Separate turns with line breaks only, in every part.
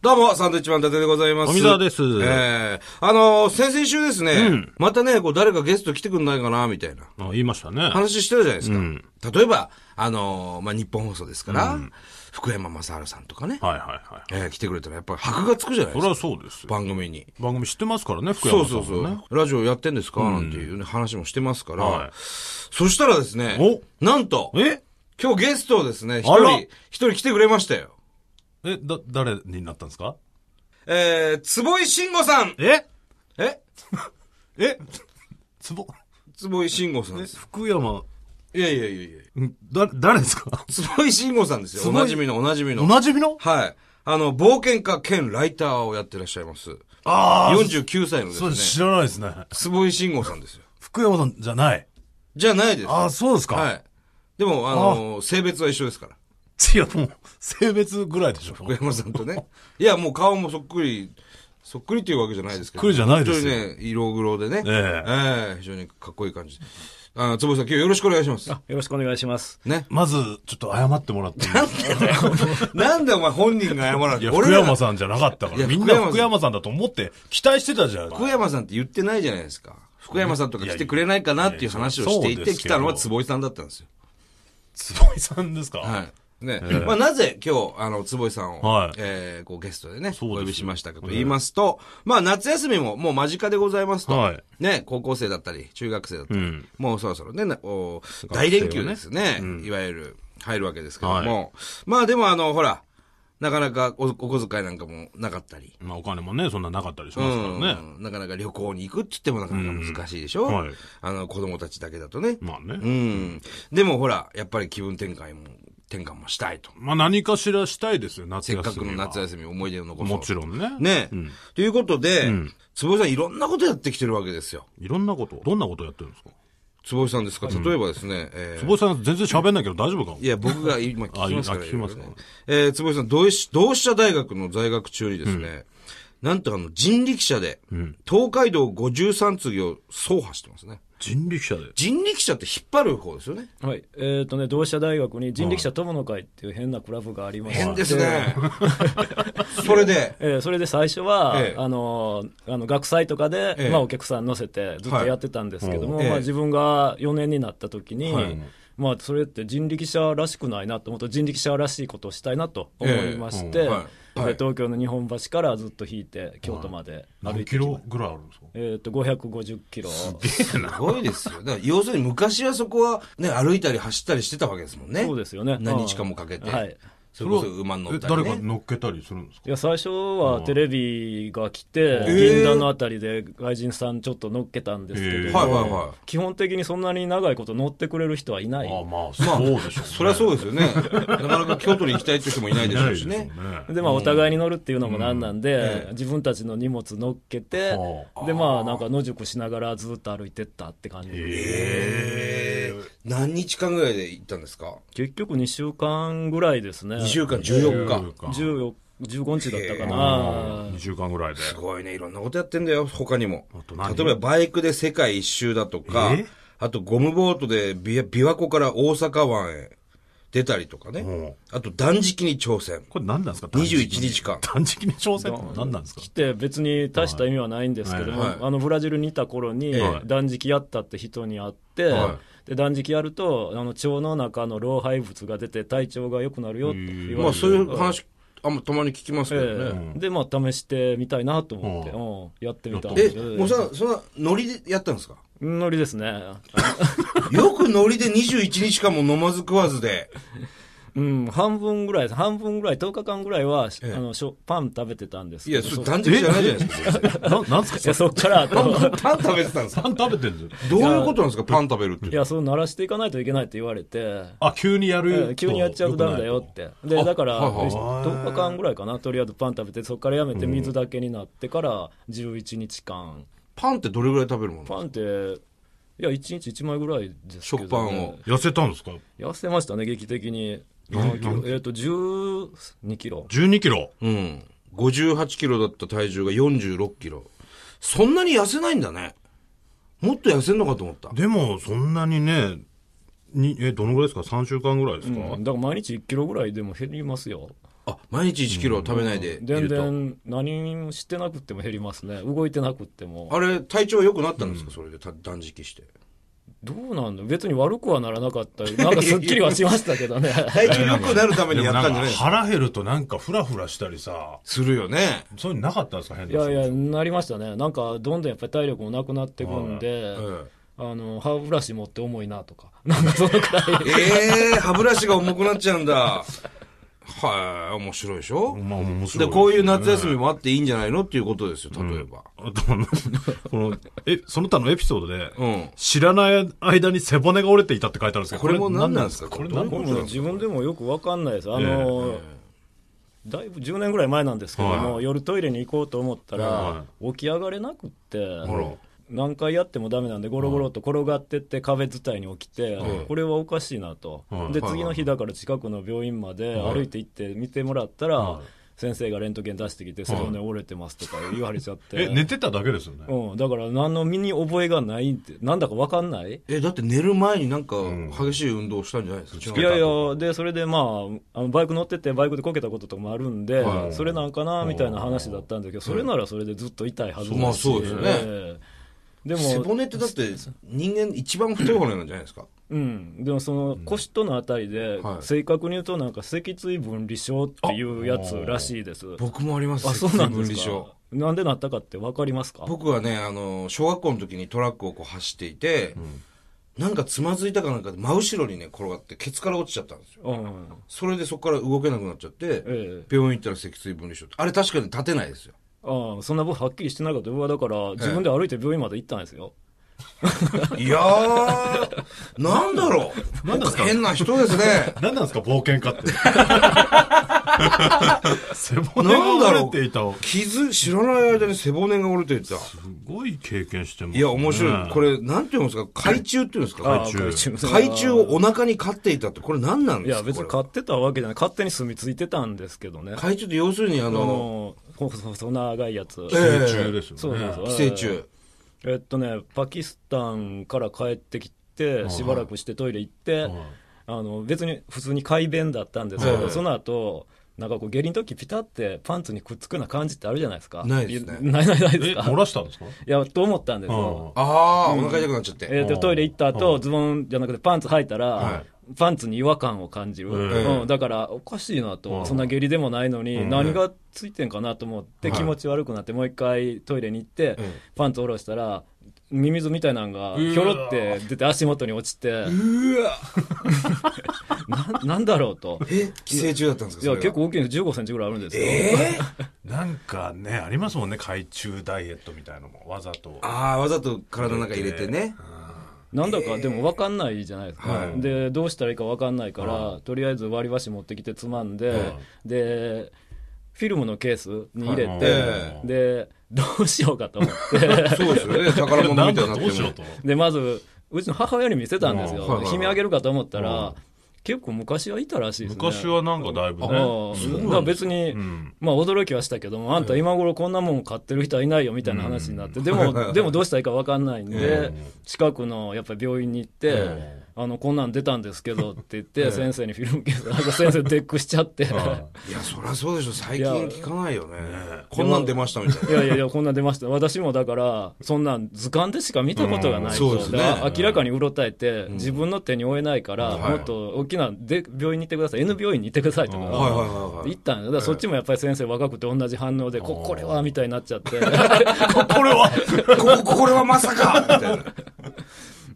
どうも、サンドイッチマン伊達でございます。
富澤です
ええあのー先々週ですね、またね、こう、誰かゲスト来てくんないかな、みたいな
あ言いましたね。
話してたじゃないですか。例えば、あのーまあ、日本放送ですから、福山雅治さんとかね、
はいはいはい。
ええ来てくれたら、やっぱり箔がつくじゃない
そ
で
れ
す
は
か、
そうですよ。
番組に。
番組知ってますからね、福
そ
山
う
さん
そ
も
う
ね。
そう、ラジオやってんですか、なんていう、ね、話もしてますから、
はい
そしたらですね、
お
なんと、
え
今日ゲストをですね、一
あら
人、一人来てくれましたよ。
え、だ、誰になったんですか
えー、坪井慎吾さん。
え
え
えつぼ、
坪井慎吾さんです。
福山、
いやいやいやいや。
んだ、誰ですか
坪井慎吾さんですよ。お
坪井
なじみ の、おなじみ
お
の。
なじみの
はい。あの、冒険家兼ライターをやってらっしゃいます。
あー
49歳ので
そう
す
知
ね。
らないですね。
坪井慎吾さんですよ。
福山さんじゃない。
じゃないです。
あーそうですか。
はい。でも、あの、性別は一緒ですから。
い。や、もう、性別ぐらいでしょ。
小山さんとね。いや、もう顔もそっくり、そっくりっていうわけじゃないですけど。
そっくりじゃないですよ
本当にね、色黒でね。
ええ
ええ非常にかっこいい感じ。あ坪井さん、今日よろしくお願いします。
よろしくお願いします。
ね。
まず、ちょっと謝ってもらっていいですか
なんでお前本人が謝らない
いや、
俺
福
ら
山さんじゃなかったか
いや
ら、みん
福
な
山さん
福山さんだと思って期待してたじゃん。
福山さんって言ってないじゃないですか。福山さんとか来てくれないかなっていう話をしてい
いやいやそう
て、
です
来
けど
たのは坪井さんだったんですよ。
坪井さんですか
はい。ね。まあ、なぜ今日、あの、坪井さんを、
はい
えーこうゲストでね、お
うです
呼びしましたかと言いますと、まあ、夏休みももう間近でございますと、
はい
ね、高校生だったり、中学生だったり、
ん
もうそろそろね、なお大連休ですね、いわゆる、入るわけですけども、まあ、でもあの、ほら、なかなかおお小遣いなんかもなかったり、
まあ、お金もね、そんななかったりしますからね。
うんなかなか旅行に行くって言ってもなかなか難しいでしょ、
うんはい
あの、子供たちだけだとね。
まあね。
うん。でもほら、やっぱり気分転換も、転換もしたいと。
まあ、何かしらしたいですよ、夏
せ
休み
っ
は。
かくの夏休み、思い出を残そう。
もちろんね。
ね、ということで、坪井さんいろんなことやってきてるわけですよ。
いろんなこと、どんなことやってるんですか
坪井さんですか例えばですね、えー
坪井さん全然喋んないけど大丈夫かも
いや、僕が今聞きますから、
あ聞きますか
えー、坪井さん、同志同志社大学の在学中にですね、なんとあの、人力車で、東海道53次を走破してますね。
人力車で。
人力車って引っ張る方ですよね。
はい。えっ、とね、同志社大学に人力車友の会っていう変なクラブがありまして。
変ですね。 それで、
えーそれで最初は、
ええ
あのーあの学祭とかで、
ええ
まあ、お客さん乗せてずっとやってたんですけども、
はいええ
まあ、自分が4年になった時に、
はい
まあ、それって人力車らしくないなと思って人力車らしいことをしたいなと思いまして、
ええうんはいはい
で東京の日本橋からずっと引いて京都まで歩
何
い
キ
てきま
ロぐらいあるんですか
えっと550キロ
すごいですよ。だから要するに昔はそこはね、歩いたり走ったりしてたわけですもんね。
そうですよね
何日間もかけて。
はい
それこそ馬に乗ったり、ね。
誰か乗っけたりするんですか
いや最初はテレビが来て、銀座のあたりで外人さんちょっと乗っけたんですけど、
はいはいは
基本的にそんなに長いこと乗ってくれる人はいない、
ああ、まあ、そうでしょうね。
そりゃそうですよ ね。なかなか京都に行きたいって人もいないでしょうし
いない
ね
で。しょうね。
でまあ、お互いに乗るっていうのもなんなんで、自分たちの荷物乗っけて、
は
でまあなんか野宿しながらずっと歩いてったって感じです、
えー何日間ぐらいで行ったんですか
結局2週間ぐらいですね
?2 週間、14
14
日。
日。
14 15日だったかな、
2週間ぐらいで。
すごいね。いろんなことやってんだよ。他にも
あと。何
例えばバイクで世界一周だとか
え、
あとゴムボートで琵琵琶湖から大阪湾へ出たりとかね
ん。
あと断食に挑戦。
これ何なんですか
21日間
断食に挑戦って何なんですか
って別に大した意味はないんですけども、
はいはい
あのブラジルにいた頃に
はい
断食やったって人に会って、
は
で断食やるとあの腸の中の老廃物が出て体調が良くなるよって言
まあ
われて、
そういう話、あんまたまに聞きますけ
ええ
どね。
でまあ試してみたいなと思って、
う
うんやってみたん
え
で、
もうさ、そんなノリでやったん ですか
ノリですね、
よくノリで21日間も飲まず食わずで。
うん、半分ぐらい半分ぐらい10日間ぐらいは、
ええ
あのしょパン食べてたんです
い
けど
や、そ
そ
れ断食じゃないじゃないですか。
ななんですか
いやそっからあと
パン食べてたんですか
パン食べてるんですよ。
どういうことなんですかパン食べるって
い。やそう鳴らしていかないといけないって言われて
あ、急にやる、
うん急にやっちゃうとダメだよっ。てでだから
はいはい
10日間ぐらいかなとりあえずパン食べてそこからやめて水だけになってから11日間
パンってどれぐらい食べるもの
パンっていや1日1枚ぐらいですけど、
食
ね、
パンを。
痩せたんですか
痩せましたね劇的に何キロえっ、と12キロ
?12 キロ。
うん。58キロだった体重が46キロ。そんなに痩せないんだね。もっと痩せんのかと思った。
でも、そんなにね、にえ、どのぐらいですか ?3 週間ぐらいですか、
うんだから毎日1キロぐらいでも減りますよ
あ、毎日1キロ食べないでい
全
ると。
然何もしてなくても減りますね動いてなくても
あれ、体調良くなったんですか、それでた断食して。
どうなんだ別に悪くはならなかったなんかすっきりはしました けどね
体調良くなるため
で
に
も
やったんじゃない
んか
ですか
腹減るとなんかフラフラしたりさ、
するよね。
そういうのなかったんですか変
い
な
や
話
いやなりましたねなんかどんどんやっぱり体力もなくなってくんで、
うん
あの歯ブラシ持って重いなとか なんかそのくらい
ええ歯ブラシが重くなっちゃうんだ。はい、面白いでしょ、
まあ面白い、
で、こういう夏 休みもあっていいんじゃないのっていうことですよ、例えば。
あと、この、え、その他のエピソードで、
うん
知らない間に背骨が折れていたって書いてあるんですけど、
これも何なんですか
これ
どうい
何
うこ
なん
と
で
な
す
の
か
もう自分でもよくわかんないです、あ
え
のだいぶ10年ぐらい前なんですけども、
は
夜トイレに行こうと思ったら、
は
起き上がれなくって、
ら
何回やってもダメなんで、ゴロゴロと転がってって、壁伝いに起きて、これはおかしいなと、
はい
で
はい
次の日だから近くの病院まで歩いて行って見てもらったら、
はい
先生がレントゲン出してきて、背骨折れてますとか言われちゃって。
え、寝てただけですよね。
うん、だから何の身に覚えがないって、なんだかわかんない
え、だって寝る前になんか
ん
激しい運動したんじゃないですか、
いやい
違う
や、で、それでまあ、あのバイク乗ってて、バイクでこけたこととかもあるんで、
はい
それなんかなみたいな話だったんだけど、それならそれでずっと痛いはずだし
まあそうですよね
ええでも、
背骨ってだって人間一番太い骨なんじゃないですか
うん、でもその腰とのあたりで、
はい
正確に言うと、なんか脊椎分離症っていうやつらしいです。
僕もあります
あ、そうなんで
水分離
す
症
か。なんでなったかってわかりますか
僕はね、あの、小学校の時にトラックをこう走っていて、なんかつまずいたかなんかで真後ろにね、転がって、ケツから落ちちゃったんですよ。
うん。
それでそこから動けなくなっちゃって、
ええ
病院行ったら脊椎分離症って。あれ確かに立てないですよ。
ああそんな僕はっきりしてなかった僕はだから自分で歩いて病院まで行ったんですよ、
いやー、なんだろう。
なんですか
変な人ですね。
何なんですか冒険家 って。 背 骨
なん
が
だ
折
ろ
れ
う
ていた。す。
傷、知らない間に背骨が折れていた。
ごい経験してます、
いや、面白い。こ。れ、なんていうんですか海中っていうんです
あ
か
あ
海中
海中をお腹に飼っていたって、これ何なん
い
ですか
や、別に
これ
買ってたわけじゃない。勝手に住み着いてたんですけどね。
海中って要するに、あ
あ
の、
の、ほ ほ細長いやつ。
え
成虫ですよね。
そうそうそう。
寄生虫。
えっとね、パキスタンから帰ってきて、しばらくしてトイレ行って、あの、別に普通に快便だったんですけ
は
ど、
い
その後、なんかこう下痢の時ピタってパンツにくっつくような感じってあるじゃないですか。
ないですね
いないないない
え、
です
漏
か。
らしたんですか
いや、と思ったんです
うん
よ。
ああ、お腹痛くなっちゃって。
えー、で
うん
トイレ行った後、ズボンじゃなくてパンツ履いたら、
は
パンツに違和感を感じる、
うん
うんだからおかしいなと、
うん
そんな下痢でもないのに、
うん
何がついてんかなと思って、
はい
気持ち悪くなってもう一回トイレに行って、
うん
パンツ下ろしたらミミズみたいなのがひょろって出て足元に落ちて
うわ
ななんだろうと
え寄生虫だったんですか
い
それは
や結構大きいの1 5センチぐらいあるんですよ、
ええ
なんかね、ありますもんね、海中ダイエットみたいのも、わざと。
ああ、わざと体の中入れてね。
なんだかでも分かんないじゃないですか、
はい
でどうしたらいいか分かんないから、とりあえず割り箸持ってきてつまんで、でフィルムのケースに入れて、
は
でどうしようかと思って
そうですよね。宝物
な
み
ん
たい
だ
になって
どうしよ
も
う。と。
でまずうちの母親に見せたんです
うん
よ、
はいはいはい
悲鳴あげるかと思ったら、
うん
結構昔はいたらしいですね
昔はなんかだいぶね。
ああだから別に、
うん
まあ驚きはしたけども、あんた今頃こんなもん買ってる人はいないよみたいな話になって、でも、 でもどうしたらいいか分かんないんで、近くのやっぱり病院に行って、
え
あの、こんなん出たんですけどって言って、先生にフィルムケース、なんか先生デックしちゃって、
いや、そりゃそうでしょ。最
い
近
や
聞かないよね。こんなん出ましたみたい
いやいやいや、こんなん出ました。私もだから、そんなん図鑑でしか見たことがないと、
うんそうですね
だから明らかにうろたえて、自分の手に負えないから、
はい
もっと大きなで病院に行ってください、N 病院に行ってくださいとか、
うん
はいはいはいはい
行ったんよだからそっちもやっぱり先生若くて同じ反応で、ここれはみたいになっちゃって、
これは、
な。ここ、これはまさかみたいな。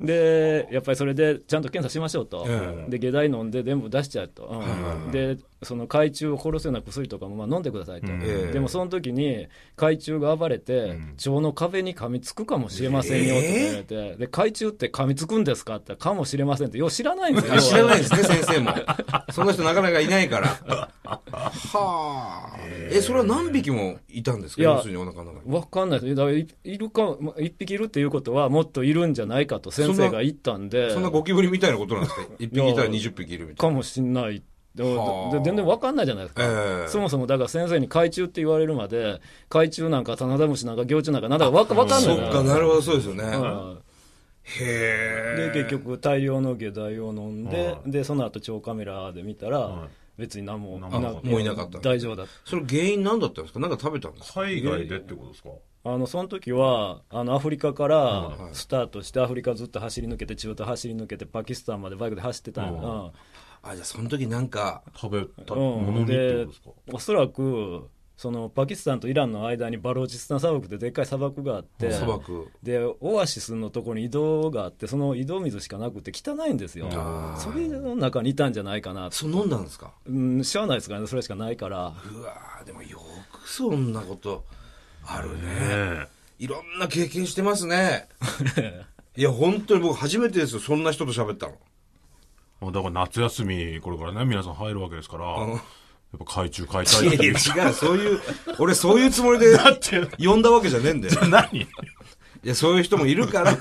で、やっぱりそれでちゃんと検査しましょうと、
え
で、下剤飲んで全部出しちゃうと、うんで、その海中を殺すような薬とかもまあ飲んでくださいと。
うん
ええ
でもその時に海中が暴れて、腸の壁に噛みつくかもしれませんよとか言われて、で海中って噛みつくんですかって言ったらかもしれませんって、よう知らないんですよ。
知らないですね、先生も。そんな人なかなかいないから。はあ。え、それは何匹もいたんですか
いや
要するにお腹の中に。
わかんないですだからいいるか、ま一匹いるっていうことは、もっといるんじゃないかと先生が言ったんで、
そんなゴキブリみたいなことなんですか一匹いたら二十匹いるみたい
かもしんない。で
はあ
で全然わかんないじゃないですか。
ええ
そもそもだから先生に海中って言われるまで、海中なんか、タナダムシなんか、行虫なんか、なんだかわかわ
な。
かんな
そ
い
っ
じゃない
か、なるほど、そうですよね。
はい
へえ。
で結局大量の下剤を飲んで、
はい
でその後超カメラで見たら、別に何も
何
あ、
もなかった
もういなかった。
大丈夫だ
それ原因何だったんですかなんか食べたんですか
海外でってことですか
あのその時はあのアフリカからスタートしてアフリカずっと走り抜けて中東走り抜けてパキスタンまでバイクで走ってたんやな
あ、じゃあその時なんか、
食べた
うん
ものにってことですか
おそらくそのパキスタンとイランの間にバローチスタン砂漠ってでっかい砂漠があって
砂漠。
でオアシスのところに井戸があってその井戸水しかなくて汚いんですよ
あー
それの中にいたんじゃないかな
そう飲んだんですか
うんしゃあないですからねそれしかないから
うわーでもよくそんなことあるね。
ね
いろんな経験してますね。いや、本当に僕初めてですよ。そんな人と喋ったの。
えだから夏休みこれからね皆さん入るわけですから
ん
やっぱ海中買
い
いた
や
いって
い
いう
や、違う。そういう、俺そういうつもりで
だって
呼んだわけじゃねえんだよ。
何
いや、そういう人もいるから、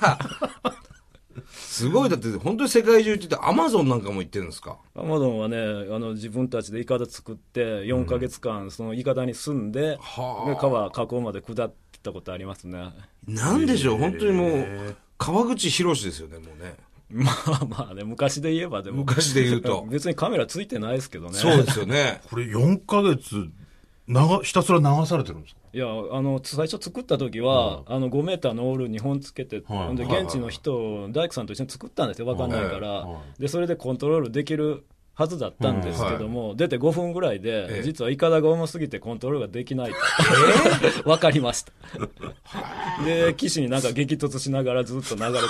すごい、だって本当に世界中行ってて、アマゾンなんかも行ってるんですか
アマゾンはねあの自分たちでイカダ作って4か月間そのイカダに住んで,、
はあ
で川河口まで下ってたことありますね
なんでしょう、本当にもう、川口博士ですよね、もうね。
まあまあね昔で言えばでも。
昔で言うと
別にカメラついてないですけどね
そうですよね。
これ4ヶ月流ひたすら流されてるんですか
いやあの最初作った時は、あの5メーターのオール2本つけて、
はい
ほんで
はいはい
現地の人を大工さんと一緒に作ったんですよ分かんないから、
はいは
でそれでコントロールできるはずだったんですけども、出て5分ぐらいで、
ええ
実はイカダが重すぎてコントロールができないと、分かりましたで岸になんか激突しながらずっと流れてっ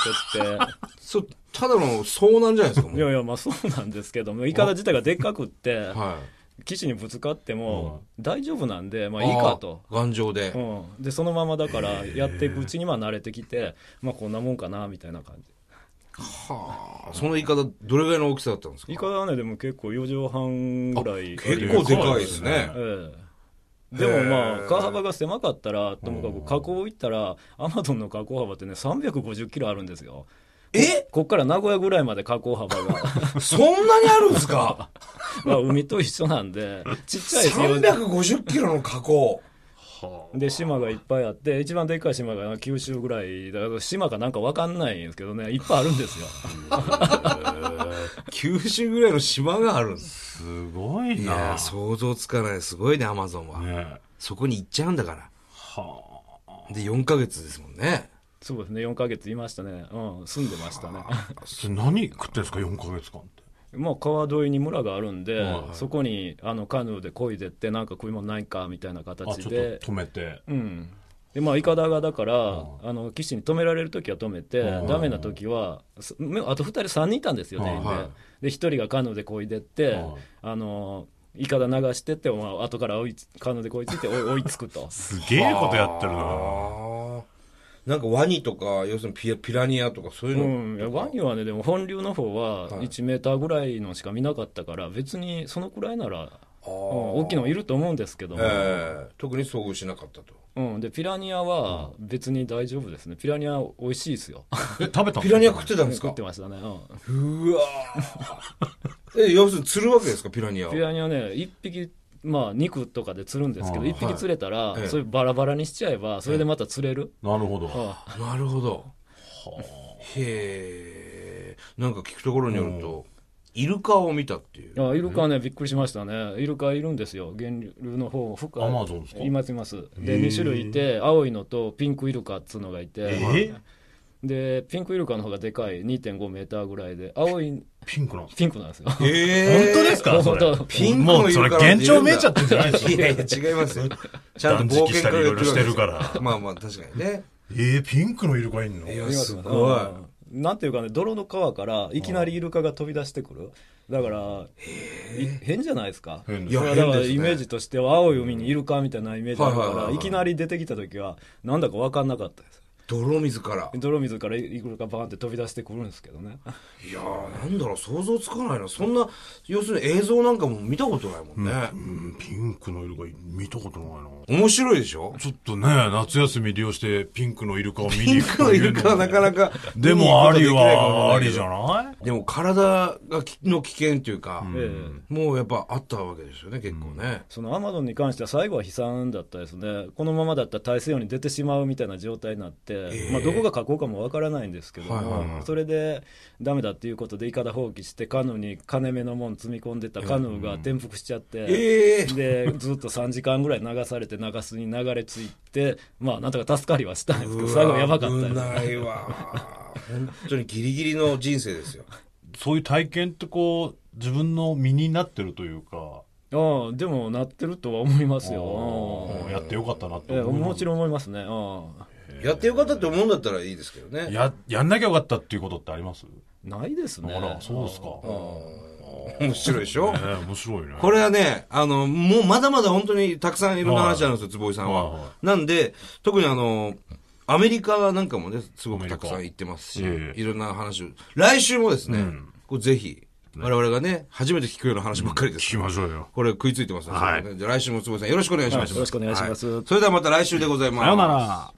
そう、ただの遭難じゃないですか、も。
ていうやいやまあそうなんですけどもイカダ自体がでっかくって
は
岸にぶつかっても大丈夫なんでまあ
い。
いいかと。
あー。頑丈で。
うん、でそのままだからやっていくうちにまあ慣れてきて、まあ、こんなもんかなみたいな感じ
はあ。そのイカダ、どれぐらいの大きさだったんですか
イカはねでも結構4畳半ぐらい
あ結構でかいです
そうで
ね
す。
ええでもまあ
へえ
川幅が狭かったらともかく河口行ったらアマゾンの河口幅ってね350キロあるんですよ
え
こっから名古屋ぐらいまで河口幅が
そんなにあるんですか
まあ海と一緒なんでちっちゃいですよ
?350 キロの河口。
で島がいっぱいあって一番でっかい島が九州ぐらいだから島かなんか分かんないんですけどねいっぱいあるんですよ
九州ぐらいの島があるんです。
すご
い
いな
やー、想像つかない。すごいね、アマゾンは。
ねえ
そこに行っちゃうんだから。
はあ
で、4ヶ月ですもんね。
そうですね4ヶ月いましたね、うん、住んでましたね
それ何食ってんですか4ヶ月間って
まあ川沿いに村があるんで、
はいはい
そこにあのカヌーで漕いでってなんか食い物ないんかみたいな
あち
形
ょっと
で
止めて
うんでまあいかだがだから、あの岸に止められる時は止めて、
うん
ダメな時はすあと2人3人いたんですよ全員で,、
はいはい
で1人がカヌーで漕いでって、
はい
あのいかだ流してって、まあ後から追いつカヌーで漕いついて追い追いつ くと
すげえことやってるな
な。なんかワニとか、要するにピラピラニアとかそういう
う
の。
ん、いやワニはねでも本流の方は
はい
1メーターぐらいのしか見なかったから、別にそのくらいなら、うん
あー
大きいのもいると思うんですけども、
ええ特に遭遇しなかったと。
うん、でピラニアは別に大丈夫ですねピラニア美味しいですよ
え食べたの
ピラニア食ってたんです
作
か
ってましたね、う
うわー え、要するに釣るわけですか、ピラニア
ん、
を
ピ。ラニアね一匹まあ肉とかで釣るんですけど
うん
一匹釣れたら、
はいええ
それバラバラにしちゃえばそれでまた釣れる、
なるほど
あ
なるほど。へえ。なんか聞くところによると、イルカを見たっていう。
あイルカねびっくりしましたねイルカいるんですよ源流の方深い
アマゾンですか
いますいます
へ
で
え
2種類いて青いのとピンクイルカっつうのがいて、
え
でピンクイルカの方がでかい2.5メーターぐらいで青い
ピンクなんですか
ピンクなんですよ
ええ
本当ですかそれ
本当
ピンク
も
の
う
イ
それ
ルカ
幻聴見えちゃってんじゃないです
い
か
やいや、違いますよ。ちゃん
断
と冒
食し
険
た
から
りい
やってるわ
ろいろ
け
して
です
る
よ
から
まあまあ、確かにね。
えー、ピンクのイルカいんの
いや
見ます
すごい
うんなんていうかね泥の川からいきなりイルカが飛び出してくるだからい変じゃないですか
変
いや
それはだから
変ですね
イメージとしては青い海にイルカみたいなイメージだ
はい
か
はいはい
ら
はい
いきなり出てきた時はなんだか分かんなかったです
泥水から。
泥水からイルカバーンって飛び出してくるんですけどね
いやー、なんだろう、想像つかないな。そんな、要するに映像なんかも見たことないもんね。
うんピンクのイルカ見たことないな
面白いでしょ
ちょっとね夏休み利用してピンクのイルカを見に
ピン
行く
クのイルカはなかなか。
でもありはありじ
ん。
ゃない
でも体がきの危険というか、
ええ
もうやっぱあったわけですよね、結構ね。
そのアマゾンに関しては最後は悲惨だったですねこのままだったら大西洋に出てしまうみたいな状態になって、て、まあ、どこが書こうかもわからないんですけども、それでダメだっていうことでいかだ放棄してカヌーに金目のもん積み込んでたカヌーが転覆しちゃって、でずっと3時間ぐらい流されて流すに流れ着いてまあなんとか助かりはしたんですけど最後やばかった
危
です
ないわ。本当にギリギリの人生ですよ。
そういう体験ってこう自分の身になってるというか
ああでもなってるとは思いますよ
うんやってよかったなって
ええ
思い
も
ます
ちろん思いますねああ
やってよかったって思うんだったらいいですけどね。
ややんなきゃよかったっていうことってあります
ないです
あ
ね
らそうですか
面白いでしょ、
ええ面白いね
これはね、あの、もうまだまだ本当にたくさんいろんな話あるんですよ、坪井さん
はいは
は。なんで、特にあの、アメリカなんかもね、すごくたくさん行ってますし、
アメリカええ
いろんな話を。来週もですね、これぜひ、我々がね、初めて聞くような話ばっかりで
聞
す。
きましょうよ
これ食いついてますね。
はい
それねじゃあ来週も坪井さんよろしくお願いします。
はいよろしくお願いします
はそれではまた来週でございます。
さようなら